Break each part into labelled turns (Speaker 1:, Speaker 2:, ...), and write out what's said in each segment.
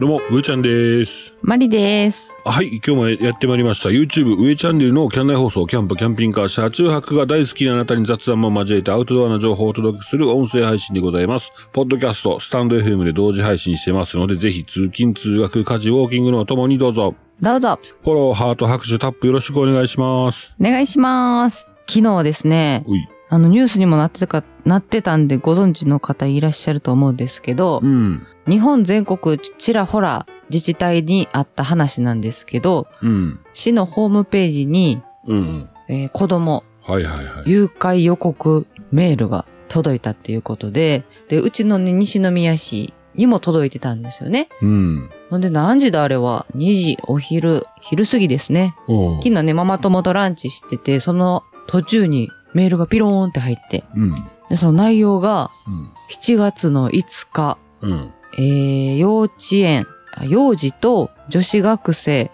Speaker 1: どうも、上ちゃんです。
Speaker 2: マリです。
Speaker 1: はい、今日もやってまいりました。YouTube 上チャンネルのキャン内放送、キャンプ、キャンピングカー、車中泊が大好きなあなたに雑談も交えてアウトドアの情報をお届けする音声配信でございます。ポッドキャスト、スタンド FM で同時配信してますので、ぜひ通勤、通学、家事、ウォーキングのともにどうぞ。
Speaker 2: どうぞ、
Speaker 1: フォロー、ハート、拍手、タップよろしくお願いします。
Speaker 2: お願いします。昨日ですね、
Speaker 1: うい。
Speaker 2: あのニュースにもなってたか、なってたんでご存知の方いらっしゃると思うんですけど
Speaker 1: う、ん。
Speaker 2: 日本全国ちちらほら自治体にあった話なんですけど、
Speaker 1: うん。
Speaker 2: 市のホームページに、
Speaker 1: うんうん。
Speaker 2: えー子供
Speaker 1: はいはいはい。
Speaker 2: 誘拐予告メールが届いたっていうことで、で、うちのね、西宮市にも届いてたんですよね。
Speaker 1: うん。
Speaker 2: ほんで何時だあれは ?2 時、お昼、昼過ぎですね。
Speaker 1: おう
Speaker 2: 昨日ね、ママ友とランチしてて、その途中にメールがピローンって入って、
Speaker 1: うん。
Speaker 2: で、その内容が、
Speaker 1: うん。
Speaker 2: 7月の5日、
Speaker 1: うん。
Speaker 2: えー、幼稚園、あ幼児と女子学生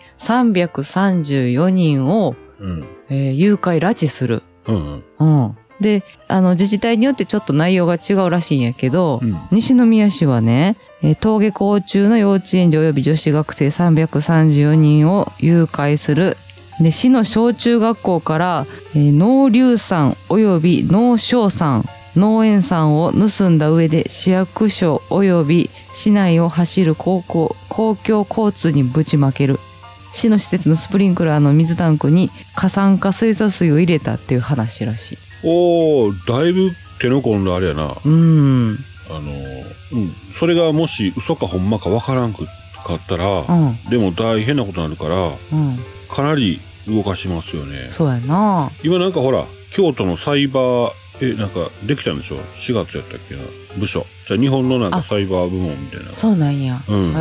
Speaker 2: 334人を、
Speaker 1: うん。
Speaker 2: えー誘拐拉致する。
Speaker 1: うん。
Speaker 2: うん。で、あの、自治体によってちょっと内容が違うらしいんやけど、
Speaker 1: うん。
Speaker 2: 西宮市はね、えー登下校中の幼稚園児及び女子学生334人を誘拐する。で、市の小中学校から、えー農硫酸及び農硝酸、農塩酸を盗んだ上で市役所及び市内を走る高校、公共交通にぶちまける。市の施設のスプリンクラーの水タンクに過酸化水素水を入れたっていう話らしい。
Speaker 1: おー、だいぶ手の込んだあれやな。
Speaker 2: うん。
Speaker 1: あのー、うん、それがもし嘘かほんまかわからんくかったら
Speaker 2: う、ん。
Speaker 1: でも大変なことになるから、
Speaker 2: うん。
Speaker 1: かなり動かしますよね。
Speaker 2: そうやな。
Speaker 1: 今なんかほら、京都のサイバー、え、なんかできたんでしょ ?4 月やったっけな。部署。じゃあ日本のなんか
Speaker 2: あ
Speaker 1: サイバー部門みたいな。
Speaker 2: そうなんや。
Speaker 1: うん。
Speaker 2: へ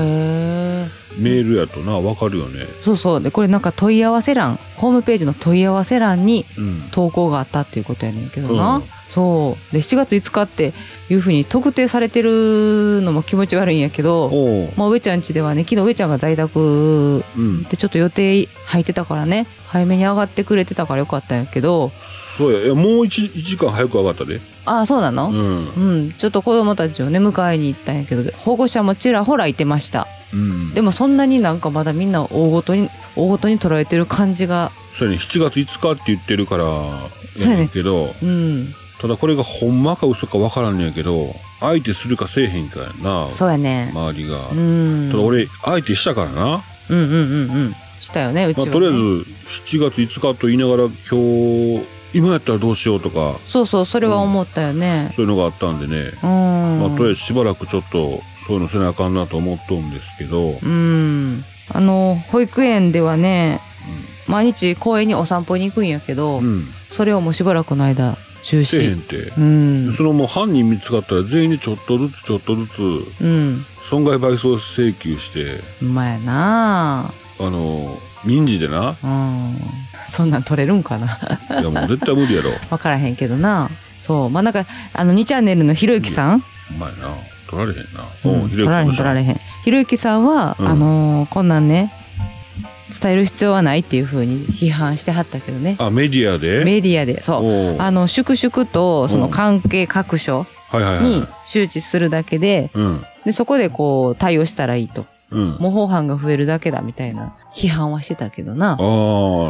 Speaker 2: え。
Speaker 1: メールやとな、わかるよね。
Speaker 2: そうそう。で、これなんか問い合わせ欄、ホームページの問い合わせ欄に
Speaker 1: うん。
Speaker 2: 投稿があったっていうことやねんけどな。
Speaker 1: うん
Speaker 2: そう。で、7月5日っていうふうに特定されてるのも気持ち悪いんやけど、
Speaker 1: おう。
Speaker 2: まあ、上ちゃん家ではね、昨日上ちゃんが在宅
Speaker 1: うん。
Speaker 2: でちょっと予定入ってたからね、早めに上がってくれてたからよかったんやけど、
Speaker 1: そうや。いや、もう 1, 時間早く上がったで。
Speaker 2: ああ、そうなの、
Speaker 1: う
Speaker 2: うん
Speaker 1: ん。
Speaker 2: ちょっと子供たちをね迎えに行ったんやけど保護者もちらほらいてました
Speaker 1: うん。
Speaker 2: でもそんなになんかまだみんな大ごとに大ごとに捉えてる感じが
Speaker 1: そうやね。7月5日って言ってるから、
Speaker 2: そうやね
Speaker 1: んけど、
Speaker 2: うん
Speaker 1: ただこれがほんまか嘘かわからんねやけど相手するかせえへんかやな
Speaker 2: そうやね。
Speaker 1: 周りが、
Speaker 2: うん。
Speaker 1: ただ俺相手したからな、
Speaker 2: うんうんうんうん。したよね、うち
Speaker 1: まあ
Speaker 2: は、ね。
Speaker 1: とりあえず7月5日と言いながら今日今やったらどうしようとか
Speaker 2: そうそう、それは思ったよね。
Speaker 1: そういうのがあったんでね、
Speaker 2: うん。
Speaker 1: まあ、とりあえずしばらくちょっとそういうのせなあかんなと思っとんですけど、
Speaker 2: うん。あの、保育園ではね、毎日公園にお散歩に行くんやけど、
Speaker 1: うんうん、
Speaker 2: それをもうしばらくの間、中
Speaker 1: せえへ
Speaker 2: 止
Speaker 1: ん。って、
Speaker 2: うん。
Speaker 1: そのもう犯人見つかったら全員にちょっとずつちょっとずつ
Speaker 2: うん。
Speaker 1: 損害賠償請求して
Speaker 2: うまやな
Speaker 1: あの民事でな
Speaker 2: うん。そんなん取れるんかな
Speaker 1: いやもう絶対無理やろ
Speaker 2: わからへんけどなそう。まあ、なんか、あの、2チャンネルのひろゆきさん
Speaker 1: うまいな取られへんな、
Speaker 2: うん、取られへん取られへんひろゆきさんは、
Speaker 1: うん
Speaker 2: あのーこんなんね伝える必要はないっていうふうに批判してはったけどね
Speaker 1: あメディアで
Speaker 2: メディアでそう
Speaker 1: おう
Speaker 2: あの粛々とその関係各所
Speaker 1: はいはいはい
Speaker 2: に周知するだけで
Speaker 1: うん
Speaker 2: でそこでこう対応したらいいと
Speaker 1: うん
Speaker 2: 模倣犯が増えるだけだみたいな批判はしてたけどな
Speaker 1: ああ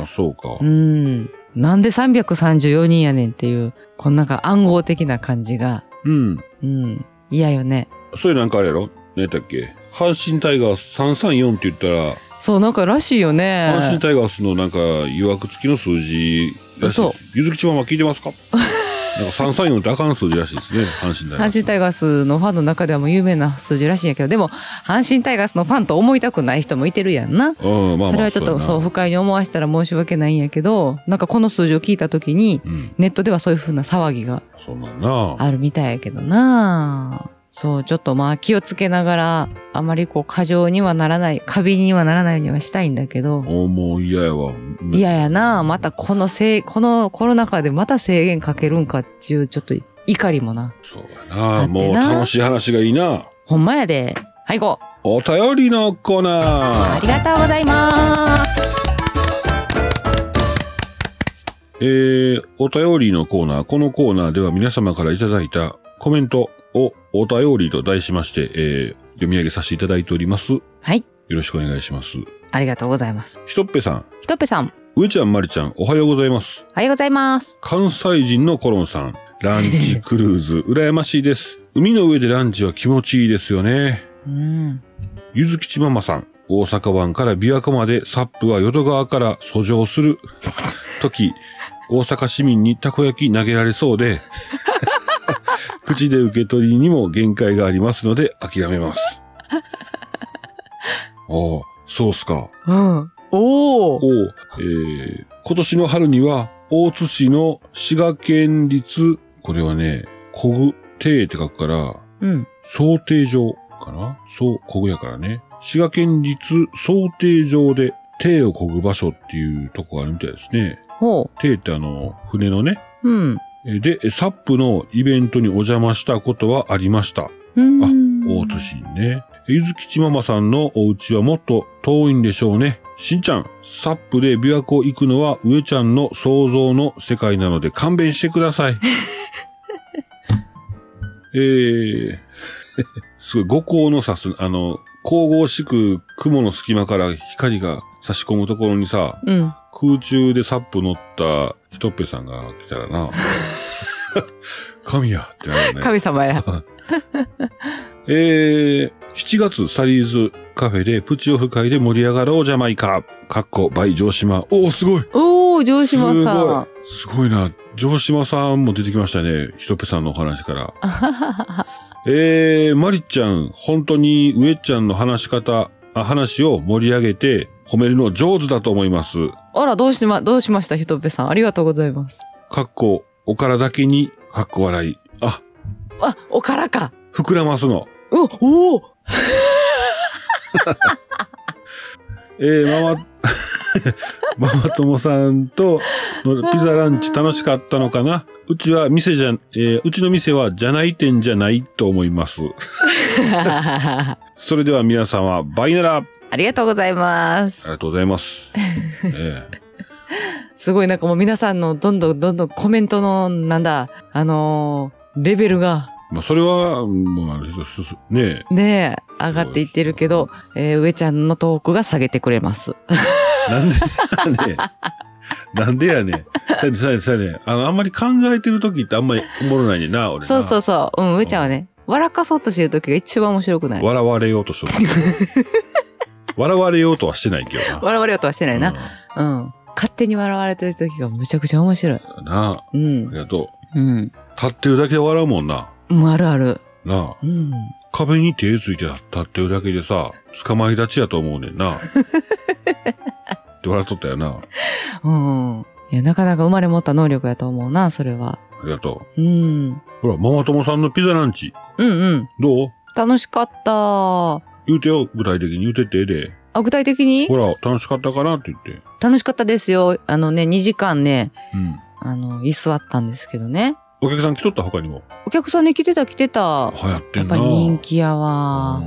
Speaker 1: そうか
Speaker 2: うんなんで334人やねんっていうこのなんか暗号的な感じが
Speaker 1: うん
Speaker 2: うん嫌よね
Speaker 1: そういうなんかあれやろ何やったっけ阪神タイガース334って言ったら、
Speaker 2: そうなんからしいよね
Speaker 1: 阪神タイガースのなんか誘惑付きの数字らしい
Speaker 2: そう
Speaker 1: ですゆずきちまま聞いてますか なんか334ってあかん数字らしいですね阪神タイガー
Speaker 2: 阪
Speaker 1: ス
Speaker 2: 神タイガースのファンの中ではもう有名な数字らしいんやけどでも阪神タイガースのファンと思いたくない人もいてるやんな、
Speaker 1: うんまあまあ
Speaker 2: それはちょっとそう
Speaker 1: や
Speaker 2: 不快に思わせたら申し訳ないんやけどなんかこの数字を聞いた時に
Speaker 1: なうん
Speaker 2: ネットではそういうふうな騒ぎが
Speaker 1: そんなんな
Speaker 2: あるみたいやけどなそうちょっとまあ気をつけながらあまりこう過剰にはならない過敏にはならないようにはしたいんだけど
Speaker 1: おもう嫌やわ
Speaker 2: いややなまたこのせいこのコロナ禍でまた制限かけるんかっていうちょっと怒りもな
Speaker 1: そうやな
Speaker 2: ってな
Speaker 1: もう楽しい話がいいな
Speaker 2: ほんまやではい行こ
Speaker 1: お
Speaker 2: う
Speaker 1: 便りのコーナ
Speaker 2: あ
Speaker 1: ー
Speaker 2: りがとうございます。
Speaker 1: えー、お便りのコーナー。このコーナーでは皆様からいただいたコメントをお便りと題しまして、えー、読み上げさせていただいております。
Speaker 2: はい。
Speaker 1: よろしくお願いします。
Speaker 2: ありがとうございます。
Speaker 1: ひとっぺさん、
Speaker 2: ひとっぺさん、
Speaker 1: うえちゃんまりちゃん、おはようございます。
Speaker 2: おはようございます。
Speaker 1: 関西人のコロンさん、ランチクルーズ、羨ましいです。海の上でランチは気持ちいいですよね。
Speaker 2: うん。
Speaker 1: ゆずきちママさん、大阪湾から琵琶湖までサップは淀川から遡上する 時、大阪市民にたこ焼き投げられそうで、 口で受け取りにも限界がありますので諦めます。ああ、そうっすか。
Speaker 2: うん。おお。
Speaker 1: を、えー今年の春には、大津市の滋賀県立、これはね、古具亭って書くから、
Speaker 2: うん。
Speaker 1: 想定場かなそう、古具やからね。滋賀県立想定場で、亭をこぐ場所っていうとこがあるみたいですね。
Speaker 2: ほ
Speaker 1: 亭ってあの、船のね。
Speaker 2: う。うん。
Speaker 1: えで、サップのイベントにお邪魔したことはありました。
Speaker 2: うん。
Speaker 1: 大津市にね。ゆずきちママさんのお家はもっと遠いんでしょうね。しんちゃん、サップで琵琶湖行くのは上ちゃんの想像の世界なので勘弁してください。 えー、 すごい、五光のさす、あの、神々しく雲の隙間から光が差し込むところにさ、
Speaker 2: うん。
Speaker 1: 空中でサップ乗ったひとっぺさんが来たらな、神やってなるよね。
Speaker 2: 神様や。
Speaker 1: えー、7月サリーズカフェでプチオフ会で盛り上がろうジャマイカ。かっこ、バイ城島。おお、すごい
Speaker 2: おお、城島さ
Speaker 1: すごいすごいな。城島さんも出てきましたね。ひとぺさんのお話 から。えー、マリちゃん、本当に上ちゃんの話し方、あ話を盛り上げて褒めるの上手だと思います。
Speaker 2: ん。あら、どうしま、どうしました、ひとっぺさん。ありがとうございます。
Speaker 1: かっこ、おからだけに、かっこ笑い。あ、
Speaker 2: あ、おからか。
Speaker 1: 膨らますの。
Speaker 2: お、おお。
Speaker 1: えー、マ マ、ママ友さんとのピザランチ楽しかったのかなうちは店じゃ、えーうちの店はじゃない店じゃないと思います。
Speaker 2: あ
Speaker 1: それでは皆様、バイならあ
Speaker 2: りがとうございます。
Speaker 1: りがとうございます。ええ
Speaker 2: すごいなんかもう皆さんのどんどんどんどんコメントの、なんだ、あのーレベルが、
Speaker 1: まあ、それは、まあ、すすね
Speaker 2: ねえ、上がっていってるけど、えー、上ちゃんのトークが下げてくれます。
Speaker 1: え、なんで、ねえなんでやねん。さやね、さやね、さやね。あの、あんまり考えてる時ってあんまりおもろないねんな、俺な。
Speaker 2: そうそうそう。うん、上ちゃんはね、笑かそうとしてる時が一番面白くない。
Speaker 1: 笑われようとしとる。笑われようとはしてないけどな。
Speaker 2: 笑われようとはしてないな
Speaker 1: うん。
Speaker 2: うん。勝手に笑われてる時がむちゃくちゃ面白い。
Speaker 1: なあ、
Speaker 2: う
Speaker 1: あ
Speaker 2: ん
Speaker 1: り。がと
Speaker 2: うん。
Speaker 1: う。立ってるだけで笑うもんな。
Speaker 2: もうあるある。
Speaker 1: なあ、
Speaker 2: うん。
Speaker 1: 壁に手ついて立ってるだけでさ、捕まり立ちやと思うねんな。って笑っとったよな。
Speaker 2: うん。いや、なかなか生まれ持った能力やと思うな、それは。
Speaker 1: ありがと
Speaker 2: うん。
Speaker 1: う。ほら、ママ友さんのピザランチ、
Speaker 2: うんうん。
Speaker 1: どう
Speaker 2: 楽しかった。
Speaker 1: 言うてよ、具体的に言うてってええで。
Speaker 2: あ、具体的に
Speaker 1: ほら、楽しかったかなって言って。
Speaker 2: 楽しかったですよ。あのね、2時間ね、
Speaker 1: うん。
Speaker 2: あの、居座ったんですけどね。
Speaker 1: お客さん来とった他にも。
Speaker 2: お客さんね、来てた来てた。
Speaker 1: 流行って
Speaker 2: やっ
Speaker 1: んな。
Speaker 2: ぱり人気やわ。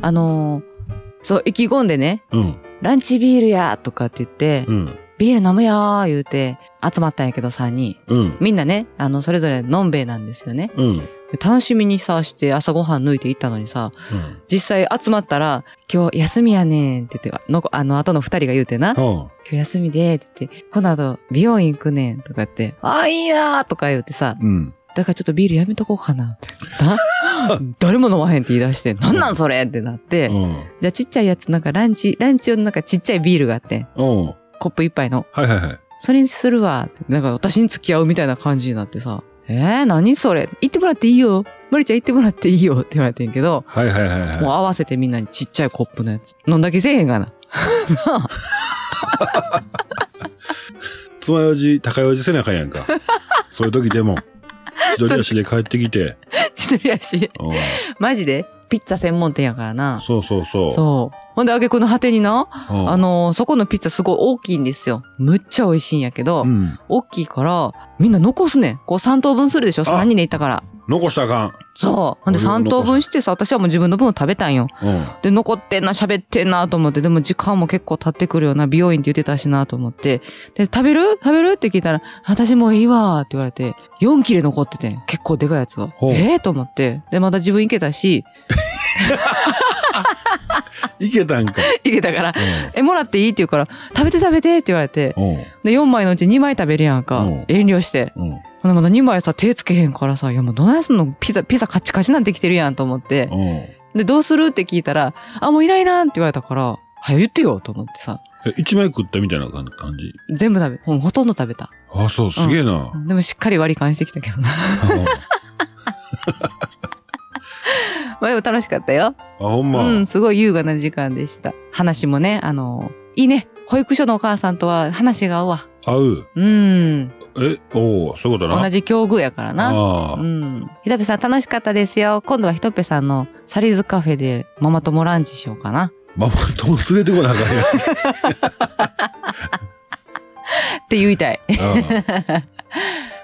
Speaker 2: あの、そう、意気込んでね、
Speaker 1: うん。
Speaker 2: ランチビールやとかって言って、
Speaker 1: うん。
Speaker 2: ビール飲むよー言うて、集まったんやけど3人。
Speaker 1: うん。
Speaker 2: みんなね、あの、それぞれのんべえなんですよね。
Speaker 1: うん。うん。
Speaker 2: で楽しみにさ、して朝ごはん抜いて行ったのにさ、
Speaker 1: うん。
Speaker 2: 実際集まったら、今日休みやねんって言って、のあの後の二人が言うてな、今
Speaker 1: は
Speaker 2: 日休みでって言って、この後美容院行くねんとか言って、ああ、いいなーとか言うてさ
Speaker 1: あ、うん。
Speaker 2: だからちょっとビールやめとこうかなって言ってな誰も飲まへんって言い出して、なんなんそれってなって、
Speaker 1: うん。
Speaker 2: じゃあちっちゃいやつなんかランチ、ランチ用のなんかちっちゃいビールがあって、
Speaker 1: うん。はい
Speaker 2: コップ一杯の、
Speaker 1: はいはい。
Speaker 2: それにするわって、なんか私に付き合うみたいな感じになってさ、えー、何それ行ってもらっていいよマリちゃん行ってもらっていいよって言われてんけど、
Speaker 1: はいはいはいはい。
Speaker 2: もう合わせてみんなにちっちゃいコップのやつ。飲んだ気せえへんがな。
Speaker 1: つまようじ、高ようじせなあかんや んか。そういう時でも、千鳥足で帰ってきて。
Speaker 2: ちとり足。
Speaker 1: うん
Speaker 2: マジでピッツァ専門店やからな。
Speaker 1: そうそうそう。
Speaker 2: そう。ほんで、あげくの果てにな、
Speaker 1: うん
Speaker 2: あ、のーそこのピッツァすごい大きいんですよ。むっちゃ美味しいんやけど、
Speaker 1: うん。
Speaker 2: 大きいから、みんな残すねん。こう3等分するでしょ ?3 人で行ったから。
Speaker 1: 残したらあ
Speaker 2: そう。ほんで
Speaker 1: 俺も残
Speaker 2: 3
Speaker 1: す
Speaker 2: 等分してさ、私はもう自分の分を食べたんよ。
Speaker 1: かん。うん。
Speaker 2: で、残ってんな、喋ってんなと思って、でも時間も結構経ってくるよな、美容院って言ってたしなと思って、で、食べる食べるって聞いたら、私もういいわーって言われて、4切れ残っててん。結構でかいやつが。
Speaker 1: ほう
Speaker 2: ええー、と思って。で、また自分いけたし、
Speaker 1: いけたんか。
Speaker 2: いけたから、え、もらっていいって言うから、食べて食べてって言われて、
Speaker 1: うん。うん
Speaker 2: で、4枚のうち2枚食べるやんか
Speaker 1: うん。
Speaker 2: 遠慮して。
Speaker 1: うん。うん
Speaker 2: ほんでまだ2枚さ、手つけへんからさ、いやもうどないすんのピザ、ピザカチカチなんてきてるやんと思って。
Speaker 1: え
Speaker 2: で、どうするって聞いたら、あ、もういらんいらんって言われたから、早言ってよと思ってさ、
Speaker 1: 一枚食ったみたいな感じ。
Speaker 2: 全部食べ、ほんほとんど食べた。
Speaker 1: あ、そう、すげ えな。
Speaker 2: でもしっかり割り勘してきたけどな。
Speaker 1: う ん
Speaker 2: まあでも楽しかったよ。
Speaker 1: あ、ほんま。
Speaker 2: うん、すごい優雅な時間でした。話もね、あの、いいね。保育所のお母さんとは話が合うわ。
Speaker 1: 合う。
Speaker 2: うん。
Speaker 1: え、おお、そういうことな。
Speaker 2: 同じ境遇やからな。
Speaker 1: あ
Speaker 2: う
Speaker 1: あ。
Speaker 2: ん。ひとぺさん楽しかったですよ。今度はひとぺさんのサリーズカフェでママ友ランチしようかな。
Speaker 1: ママ友連れてこなあかんやん
Speaker 2: って言いたい。
Speaker 1: うん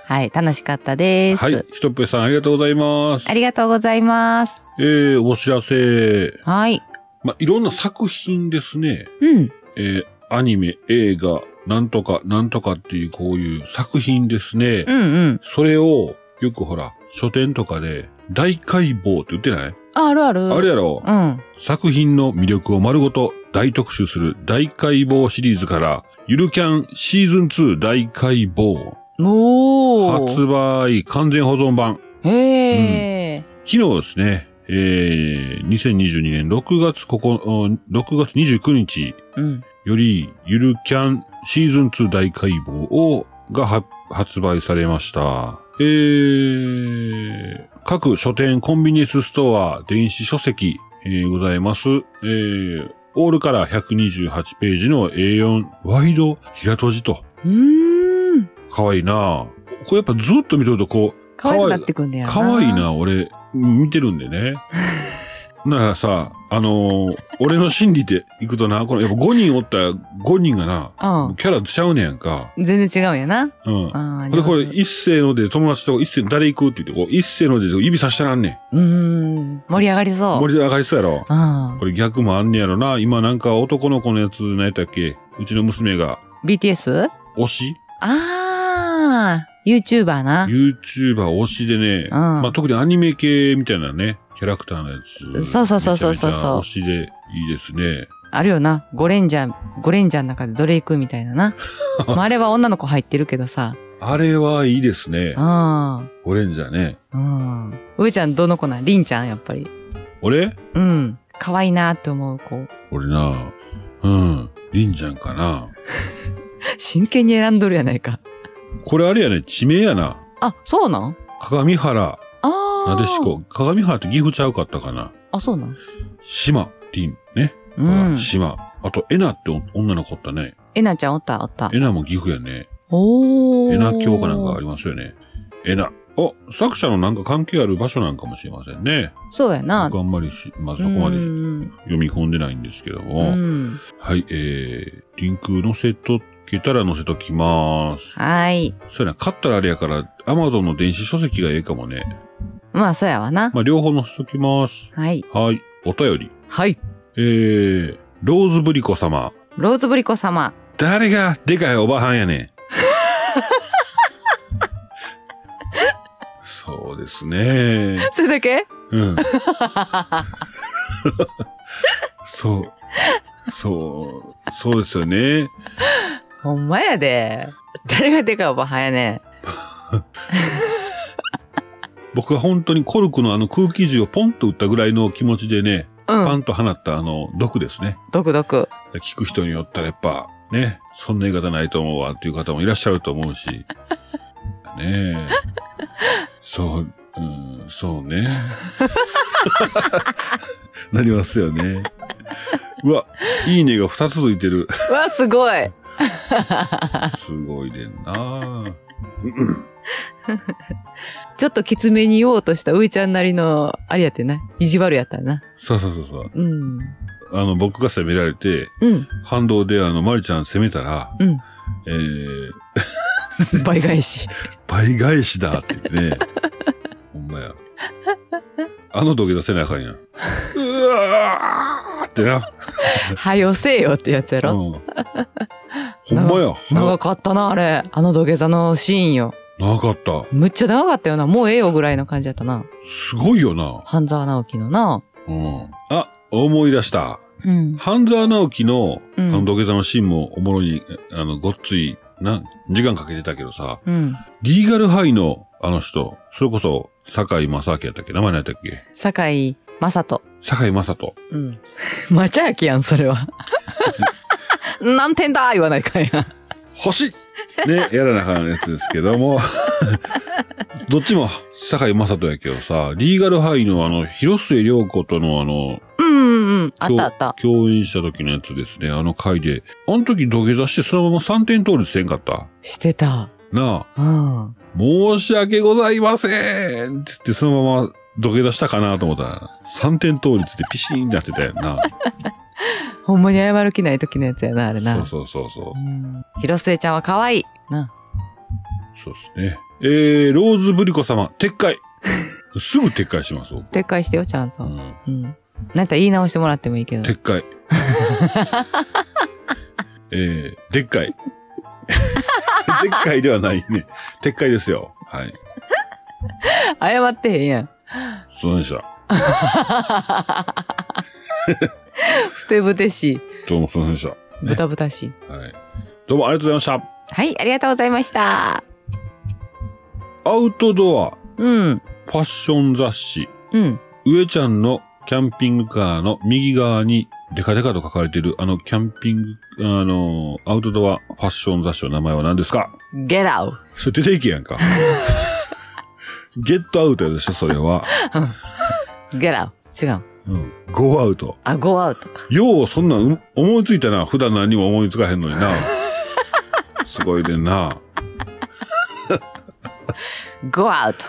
Speaker 2: はい、楽しかったです。
Speaker 1: はい。ひとっぺさん、ありがとうございます
Speaker 2: あ。りがとうございます。
Speaker 1: えー、お知らせ。
Speaker 2: はい。
Speaker 1: まあ、いろんな作品ですね。
Speaker 2: うん。
Speaker 1: えー、アニメ、映画、なんとか、なんとかっていう、こういう作品ですね。
Speaker 2: うんうん。
Speaker 1: それを、よくほら、書店とかで、大解剖って言ってない、
Speaker 2: あ、あるある。
Speaker 1: あれやろ、
Speaker 2: うん。
Speaker 1: 作品の魅力を丸ごと大特集する大解剖シリーズから、ゆるキャンシーズン2大解剖。
Speaker 2: お
Speaker 1: 発
Speaker 2: ー。
Speaker 1: 売完全保存版。
Speaker 2: へー。
Speaker 1: 昨日ですね、えー、2022年6月ここ、うん6月29日
Speaker 2: うん。
Speaker 1: より、ゆるキャンシーズン2大解剖を、が発発売されました。えー、各書店、コンビニエンスストア、電子書籍、えーございます。えー、オールカラー128ページの A4 ワイド平閉じと。
Speaker 2: うーん。
Speaker 1: かわいいなこれやっぱずっと見てるとこう、
Speaker 2: 可愛くなってくんだよな。
Speaker 1: かわいい。な、俺、見てるんでね。ならさ、あのー俺の心理でいくとな、このやっぱ5人おったら5人がな、
Speaker 2: う
Speaker 1: キャラちゃうねやんか。
Speaker 2: ん。全然違うんやな。
Speaker 1: うん。こ
Speaker 2: ああ、
Speaker 1: れ、これ、
Speaker 2: 上手
Speaker 1: 一世ので友達と一世の誰行くって言って、こう、一世ので指さしたらあんねん。
Speaker 2: うーん。盛り上がりそう。
Speaker 1: 盛り上がりそうやろ。
Speaker 2: ああ
Speaker 1: こ。れ逆もあんねやろな。今なんか男の子のやつ、何やったっけうちの娘が、
Speaker 2: BTS?
Speaker 1: 推し
Speaker 2: ああ、YouTuber な。
Speaker 1: ?YouTuber 推しでね、まあ特にアニメ系みたいなね、キャラクターのやつ。
Speaker 2: そうそうそうそうそうそう
Speaker 1: めちゃめちゃ推しでいいですね。
Speaker 2: あるよな。ゴレンジャー、ゴレンジャーの中でどれ行くみたい なな。まあ、あれは女の子入ってるけどさ。
Speaker 1: あれはいいですね。
Speaker 2: あ
Speaker 1: オレンジャーね。
Speaker 2: あ。うん。上ちゃんどの子なんリンちゃんやっぱり。
Speaker 1: 俺
Speaker 2: うん。可愛いなって思う子。
Speaker 1: 俺な、うん、リンちゃんかな。
Speaker 2: 真剣に選んどるやないか。
Speaker 1: これあれやね、地名やな。
Speaker 2: あ、そうなん
Speaker 1: 鏡原、
Speaker 2: ああ。
Speaker 1: なでし。こ。鏡原って岐阜ちゃうかったかな。
Speaker 2: あ、そうなん
Speaker 1: 島、リン、ね。
Speaker 2: う
Speaker 1: ほら
Speaker 2: ん。
Speaker 1: 島。あと、エナって女の子おったね。
Speaker 2: えなちゃんおったおった
Speaker 1: エ。ナも岐阜やね。
Speaker 2: おー。
Speaker 1: エナ教科なんかありますよね。エナ。あ、作者のなんか関係ある場所なんかもしれませんね。
Speaker 2: そうやな。
Speaker 1: 僕あんまりし、まあ、そこまで
Speaker 2: うん
Speaker 1: 読み込んでないんですけど
Speaker 2: う
Speaker 1: も。
Speaker 2: ん。
Speaker 1: はい、えー、リンク載せとけたら載せときます。
Speaker 2: はい。
Speaker 1: そうやな、買ったらあれやから、アマゾンの電子書籍がええかもね。
Speaker 2: まあ、そうやわな。
Speaker 1: まあ、両方載せときます。
Speaker 2: はい。
Speaker 1: はい、お便り。
Speaker 2: はい。
Speaker 1: えー、ローズブリコ様。
Speaker 2: ローズブリコ様。
Speaker 1: 誰がでかいおばはんやね ん。そうですね。
Speaker 2: それだけ
Speaker 1: うん。そう。そう。そうですよね。
Speaker 2: ほんまやで。誰がでかいおばはんやね
Speaker 1: 僕は本当にコルクのあの空気銃をポンと打ったぐらいの気持ちでね、
Speaker 2: ん。う
Speaker 1: パ
Speaker 2: ん。
Speaker 1: ンと放ったあの毒ですね。
Speaker 2: ドクドク。
Speaker 1: 聞く人によったらやっぱ、ね、そんな言い方ないと思うわっていう方もいらっしゃると思う し。ねえ。そう、うん、そう ね。なりますよね。うわ、いいねが2つついてる。
Speaker 2: うわ、すごい。
Speaker 1: すごいねんな
Speaker 2: ちょっときつめに言おうとしたういちゃんなりの、あれやってな。意地悪やったな。
Speaker 1: そうそうそうそう。
Speaker 2: うん。
Speaker 1: あの、僕が責められて、
Speaker 2: うん。
Speaker 1: 反動であの、まりちゃん責めたら、
Speaker 2: うん。
Speaker 1: えー、
Speaker 2: 倍返し。
Speaker 1: 倍返しだって言っ てね。ほんまや。あの土下座せなあかんやん。うわーってな。
Speaker 2: はよせよってやつや
Speaker 1: うん、
Speaker 2: ろ。
Speaker 1: ほんまや。
Speaker 2: 長かったな、あれ。あの土下座のシーンよ。
Speaker 1: 長かった。
Speaker 2: むっちゃ長かったよな。もうええよぐらいの感じやったな。
Speaker 1: すごいよな。
Speaker 2: 半沢直樹のな。
Speaker 1: うん。あ、思い出した。
Speaker 2: うん。
Speaker 1: 半沢直樹の、あ
Speaker 2: う
Speaker 1: の、
Speaker 2: ん。
Speaker 1: 土下座のシーンもおもろに、あの、ごっつい、な、時間かけてたけどさ、
Speaker 2: うん。
Speaker 1: リーガルハイの、あの人、それこそ、坂井正明やったっけ名前何やったっけ
Speaker 2: 堺井雅人。
Speaker 1: 坂井正人。
Speaker 2: うん。 マチャヤキやん、そ れは。何点だ言わないかんやん。
Speaker 1: 星 ね、やらなあかんやつですけども。 どっちも、坂井正人やけどさ、リーガルハイのあの、広末涼子とのあの、
Speaker 2: うんうんうん。あっ
Speaker 1: 共
Speaker 2: たあった。
Speaker 1: 共演した時のやつですね、あの回で。あの時土下座してそのまま3点倒立せんかった。
Speaker 2: してた。
Speaker 1: なあ、
Speaker 2: うん。
Speaker 1: 申し訳ございませんっつってそのまま土下座したかなと思ったら、3点倒立でピシーンなってた やんな。
Speaker 2: ほんまに謝る気ない時のやつやな、あれな。
Speaker 1: そうそうそうそう。
Speaker 2: うん広末ちゃんは可愛い。な。
Speaker 1: そうですね。えー、ローズブリコ様、撤 回。すぐ撤回します、僕
Speaker 2: 撤回してよ、ちゃん
Speaker 1: う
Speaker 2: と。
Speaker 1: ん、
Speaker 2: うん。なんやったら言い直してもらってもいいけど。
Speaker 1: 撤回。えー、でっかい。 でっかいではないね。撤回ですよ。はい。
Speaker 2: 謝ってへんやん。
Speaker 1: そうでした。
Speaker 2: ふてぶてしい。
Speaker 1: どうもそうでした。
Speaker 2: ぶたぶたしい。
Speaker 1: はい。どうもありがとうございまし
Speaker 2: はい、ありがとうございました。
Speaker 1: た。アウトドア、
Speaker 2: うん。
Speaker 1: ファッション雑誌、
Speaker 2: うん。
Speaker 1: 上ちゃんのキャンピングカーの右側にデカデカと書かれている、あの、キャンピング、あの、アウトドアファッション雑誌の名前は何ですか
Speaker 2: ゲラウ。
Speaker 1: それ出ていけやんか。ゲットアウトやでしょ、それは。
Speaker 2: ゲラウ。違う。
Speaker 1: うん。ゴーアウト。
Speaker 2: あ、ゴーアウトか。
Speaker 1: よう、そんなんう思いついたな。普段何も思いつかへんのに な。すごいでんな。
Speaker 2: ゴーアウト。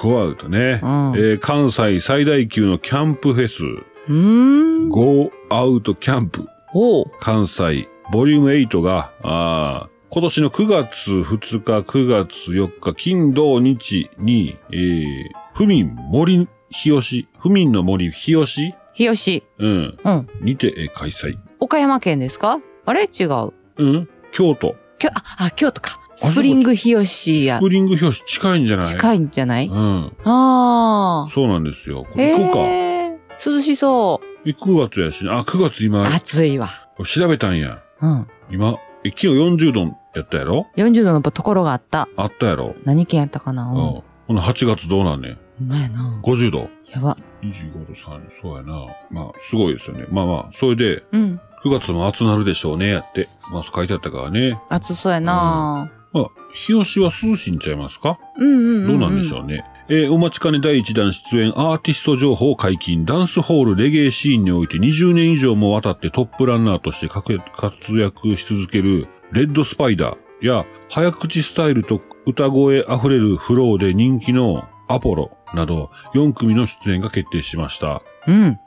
Speaker 1: ゴーアウトね。
Speaker 2: うん
Speaker 1: えー関西最大級のキャンプフェス、
Speaker 2: うーん。
Speaker 1: ゴーアウトキャンプ
Speaker 2: おう。
Speaker 1: 関西ボリューム8が、あー今年の9月2日、9月4日、金土日に、えー、府民森日吉、府民の森日吉
Speaker 2: 日吉。
Speaker 1: うん。
Speaker 2: うん。
Speaker 1: にて、えー開催。
Speaker 2: 岡山県ですかあれ違う。
Speaker 1: うん京都。
Speaker 2: きょ、あ、あ、京都か。
Speaker 1: あ
Speaker 2: スプリング日吉や
Speaker 1: ス。プリング表紙近いんじゃない
Speaker 2: 近いんじゃない
Speaker 1: うん。
Speaker 2: ああ。
Speaker 1: そうなんですよ。こ
Speaker 2: へ
Speaker 1: れ行こうか。
Speaker 2: え。涼しそう。
Speaker 1: え9月やしな。あ、9月今、
Speaker 2: 暑いわ。
Speaker 1: 調べたんや。
Speaker 2: うん。
Speaker 1: 今、え昨日40度やったやろ
Speaker 2: 40度のところがあった。
Speaker 1: あったやろ
Speaker 2: 何県やったかな
Speaker 1: う。
Speaker 2: うんん。ほ
Speaker 1: ほな8月どうなんねん。
Speaker 2: んまやな。
Speaker 1: 50度。
Speaker 2: やば。
Speaker 1: 25度、30、そうやな。まあ、すごいですよね。まあまあ、それで、
Speaker 2: うん。
Speaker 1: 9月も暑なるでしょうね、やって。まあ、そう書いてあったからね。
Speaker 2: 暑そうやな。
Speaker 1: まあ、日吉は涼しいんちゃいますか
Speaker 2: うんうん
Speaker 1: どうなんでし
Speaker 2: う。
Speaker 1: ょうね。えーお待ちかね第1弾出演アーティスト情報解禁、ダンスホールレゲエシーンにおいて20年以上もわたってトップランナーとして活躍し続けるレッドスパイダーや早口スタイルと歌声あふれるフローで人気のアポロなど4組の出演が決定しました。
Speaker 2: うん。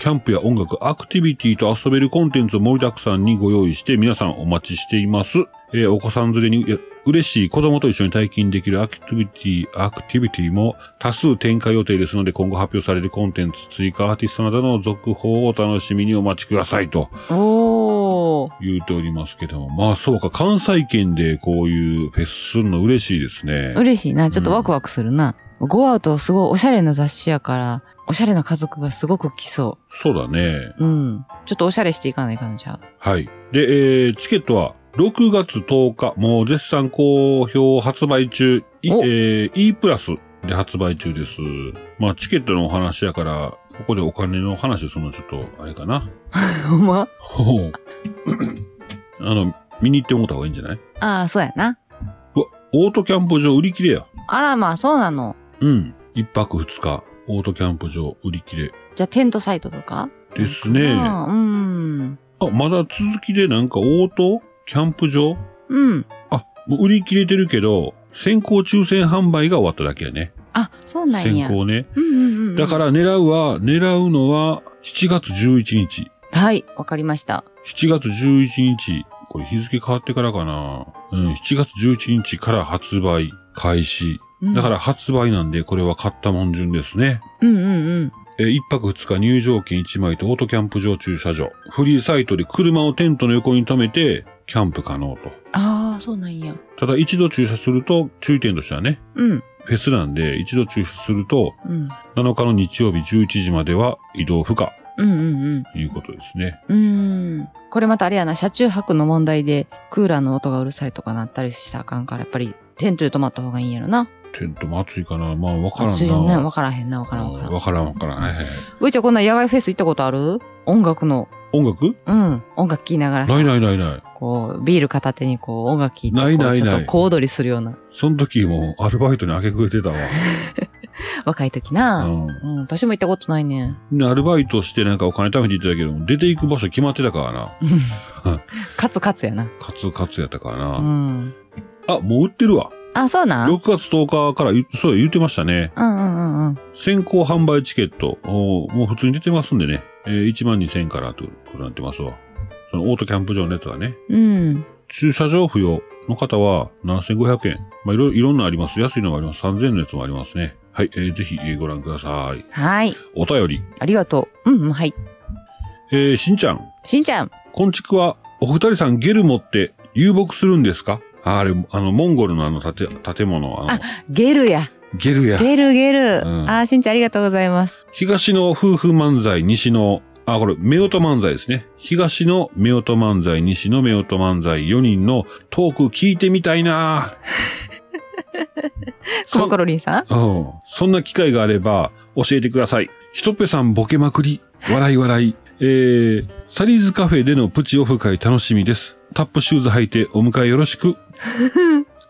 Speaker 1: キャンプや音楽、アクティビティと遊べるコンテンツを盛りだくさんにご用意して皆さんお待ちしています。えーお子さん連れにえ嬉しい子供と一緒に体験できるアクティビティ、アクティビティも多数展開予定ですので今後発表されるコンテンツ、追加アーティストなどの続報をお楽しみにお待ちくださいと
Speaker 2: おー。
Speaker 1: 言うておりますけども。まあそうか、関西圏でこういうフェスするの嬉しいですね。
Speaker 2: 嬉しいな。ちょっとワクワクするな。ゴーアウトすごいおしゃれな雑誌やから、おしゃれな家族がすごく来そ
Speaker 1: そうだね。
Speaker 2: う。うん。ちょっとおしゃれしていかないかんじゃう。
Speaker 1: はい。で、えーチケットは6月10日、もう絶賛好評発売中、いえ
Speaker 2: お
Speaker 1: ー E プラスで発売中です。まあ、チケットのお話やから、ここでお金の話をするのはちょっと、あれかな。
Speaker 2: ほんま
Speaker 1: ほうあの、見に行って思った方がいいんじゃない
Speaker 2: ああ、そうやな。
Speaker 1: うわ、オートキャンプ場売り切れや。
Speaker 2: あら、まあ、そうなの。
Speaker 1: うん。一泊二日、オートキャンプ場売り切れ。
Speaker 2: じゃあ、テントサイトとか
Speaker 1: ですね。あ、
Speaker 2: あーうん。
Speaker 1: まだ続きでなんかオートキャンプ場
Speaker 2: うん。
Speaker 1: あ、もう売り切れてるけど、先行抽選販売が終わっただけやね。
Speaker 2: あ、そうなん
Speaker 1: 先
Speaker 2: や。
Speaker 1: 行ね。
Speaker 2: うんうんうんうん。
Speaker 1: だから狙うは、狙うのは7月11日。
Speaker 2: はい、わかりました。
Speaker 1: 7月11日。これ日付変わってからかな。うん、7月11日から発売開始。
Speaker 2: うん
Speaker 1: だから、発売なんで、これは買ったもん順ですね。
Speaker 2: うんうん
Speaker 1: えー一泊二日入場券1枚とオートキャンプ場駐車場。フリーサイトで車をテントの横に止めて、キャンプ可能と。
Speaker 2: うん。ああ、そうなんや。
Speaker 1: ただ一度駐車すると、注意点としてはね、
Speaker 2: うん、
Speaker 1: フェスなんで一度中止すると
Speaker 2: うん、
Speaker 1: 7日の日曜日11時までは移動不可
Speaker 2: うんうん
Speaker 1: いうことですね。
Speaker 2: うん。うん。これまたあれやな、車中泊の問題で、クーラーの音がうるさいとかなったりしたらあかんから、やっぱりテントで泊まった方がいいんやろな。
Speaker 1: テントも暑いかなまあ、わからんな。
Speaker 2: 暑いよね。わからへんな、わからんわからん。
Speaker 1: わからんわからん。はいはいはい
Speaker 2: 上ちゃんこんな野外フェス行ったことある音楽の。
Speaker 1: 音楽
Speaker 2: うん。音楽聴きながらさ
Speaker 1: ないないないない。
Speaker 2: こう、ビール片手にこう、音楽聴いて、こ
Speaker 1: な
Speaker 2: う
Speaker 1: いないない
Speaker 2: ちょっと小踊りするような、
Speaker 1: その時もアルバイトに明け暮れてたわ。
Speaker 2: 若い時な。
Speaker 1: う
Speaker 2: うん、私も行ったことないね。
Speaker 1: ん。でアルバイトしてなんかお金貯めていただけど、出て行く場所決まってたからな。
Speaker 2: カツカツやな。
Speaker 1: カツカツやったから
Speaker 2: う
Speaker 1: な。
Speaker 2: ん。
Speaker 1: あ、もう売ってるわ。
Speaker 2: あ、そうなん
Speaker 1: 6月10日から言、そうや言ってましたね。
Speaker 2: うんうんうんうん。
Speaker 1: 先行販売チケット、おーもう普通に出てますんでね。えー、1万2000からということになってますわ。そのオートキャンプ場のやつはね。
Speaker 2: うん。
Speaker 1: 駐車場不要の方は7500円。まあ、いろ、いろんなあります。安いのもあります。3000円のやつもありますね。はい、えーぜひえーご覧ください。
Speaker 2: はい。
Speaker 1: お便り。
Speaker 2: ありがとう。うんうん、はい。
Speaker 1: えーしんちゃん。
Speaker 2: しんちゃん。
Speaker 1: こんちくは、お二人さんゲルモって遊牧するんですかああれ、あの、モンゴルのあの建て、建物、あの、
Speaker 2: あゲルや。
Speaker 1: ゲルや。
Speaker 2: ゲルゲル。
Speaker 1: うん
Speaker 2: あー、しんちゃんありがとうございます。
Speaker 1: 東の夫婦漫才、西の、あ、これ、夫婦漫才ですね。東の夫婦漫才、西の夫婦漫才、4人のトーク聞いてみたいなぁ
Speaker 2: コマコロリンさん
Speaker 1: うん。そんな機会があれば教えてください。ひとぺさんボケまくり。笑い笑い。えー、サリーズカフェでのプチオフ会楽しみです。タップシューズ履いてお迎えよろし く。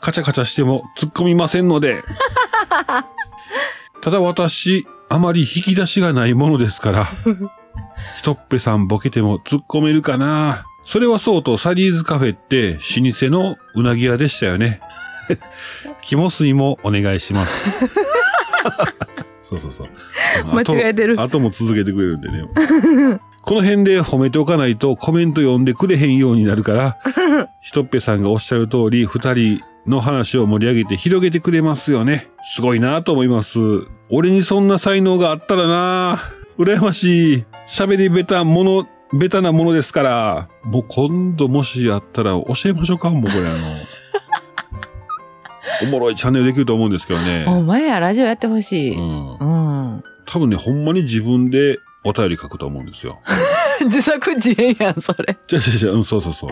Speaker 1: カチャカチャしても突っ込みませんの で。ただ私、あまり引き出しがないものですから。ひとっぺさんボケても突っ込めるかなそれはそうと、サリーズカフェって老舗のうなぎ屋でしたよ ね。肝水もお願いします。 そうそうそう。
Speaker 2: 間違えてる
Speaker 1: あとも続けてくれるんでね。 この辺で褒めておかないとコメント読んでくれへんようになる から、ひとっぺさんがおっしゃる通り、二人の話を盛り上げて広げてくれますよね。すごいなと思います。俺にそんな才能があったらな羨ましい。喋りベタもの、ベタなものですから。もう今度もしやったら教えましょうか、もうこれあ の。おもろいチャンネルできると思うんですけどね。
Speaker 2: お前や、ラジオやってほし
Speaker 1: う
Speaker 2: い。
Speaker 1: ん
Speaker 2: う。ん。
Speaker 1: 多分ね、ほんまに自分でお便り書くと思うんですよ。
Speaker 2: 自作自演やん、それ。
Speaker 1: じゃじゃじゃ、うん、そうそうそう。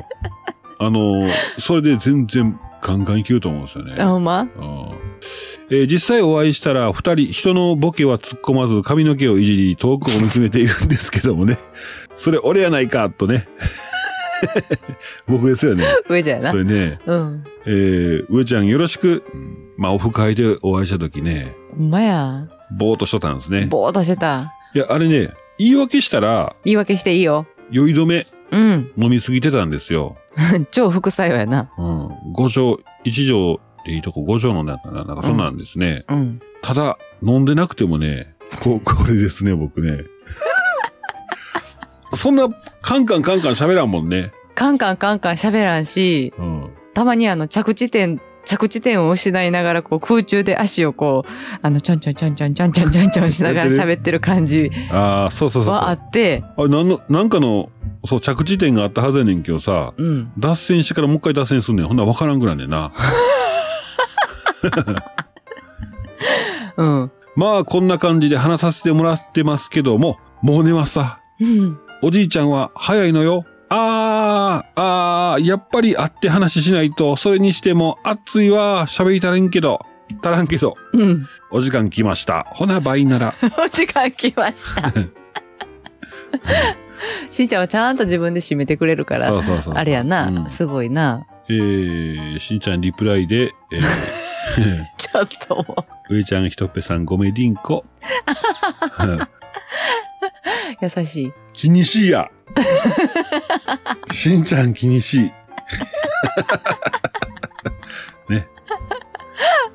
Speaker 1: あのー、それで全然ガンガンいけると思うんですよね。
Speaker 2: あ、ほんま
Speaker 1: うんえー実際お会いしたら二人、人のボケは突っ込まず髪の毛をいじり遠くを見つめているんですけどもね。 それ俺やないか、とね。 僕ですよね。
Speaker 2: 上じゃやな
Speaker 1: そ。れね、
Speaker 2: うん。
Speaker 1: えー、上ちゃんよろしく。うんまあ、オフ会でお会いした時ね、
Speaker 2: ほんまや。
Speaker 1: ぼーっとしとったんですね。
Speaker 2: ぼーっとしてた。
Speaker 1: いや、あれね、言い訳したら、
Speaker 2: 言い訳していいよ。
Speaker 1: 酔い止め
Speaker 2: うん。
Speaker 1: 飲みすぎてたんですよ。
Speaker 2: 超副作用やな。
Speaker 1: うん。5錠、1錠でいいとこ5錠飲んだのかななんかそんなんですね。
Speaker 2: うん。
Speaker 1: ただ、飲んでなくてもね、こ、これですね、僕ね。 そんな、カンカンカンカン喋らんもんね。
Speaker 2: カンカンカンカン喋らんし、
Speaker 1: うん。
Speaker 2: たまにあの着地点、着地点を失いながらこう空中で足をこう、あのちょんちょんちょんちょんちょんちょんちょんちょんしながら
Speaker 1: やってる
Speaker 2: 喋ってる感じ
Speaker 1: ああ、そうそうそうそう。
Speaker 2: はあ
Speaker 1: あ
Speaker 2: って、
Speaker 1: れ、なんの、なんかの、そう、着地点があったはずやねんけどさ、
Speaker 2: うん。
Speaker 1: 脱線してからもう一回脱線すんねん。ほんなら分からんくらんねんな。
Speaker 2: うん。
Speaker 1: まあ、こんな感じで話させてもらってますけども、もう寝ますさ。
Speaker 2: うん。
Speaker 1: おじいちゃんは早いのよ。あー、あー、やっぱり会って話しないと、それにしても暑いわ、喋りたらんけど、たらんけど、
Speaker 2: うん。
Speaker 1: お時間来ました。ほな、倍なら。
Speaker 2: お時間来ました。しんちゃんはちゃんと自分で締めてくれるから、
Speaker 1: うそうそ
Speaker 2: あれやな、
Speaker 1: うん
Speaker 2: すごいな。
Speaker 1: えー、しんちゃんリプライで、え ー、
Speaker 2: ちょっとも
Speaker 1: 上ちゃん、ひとっぺさん、ごめりんこ。
Speaker 2: う、優しい。
Speaker 1: 気にしいや。しんちゃん気に しい。ね。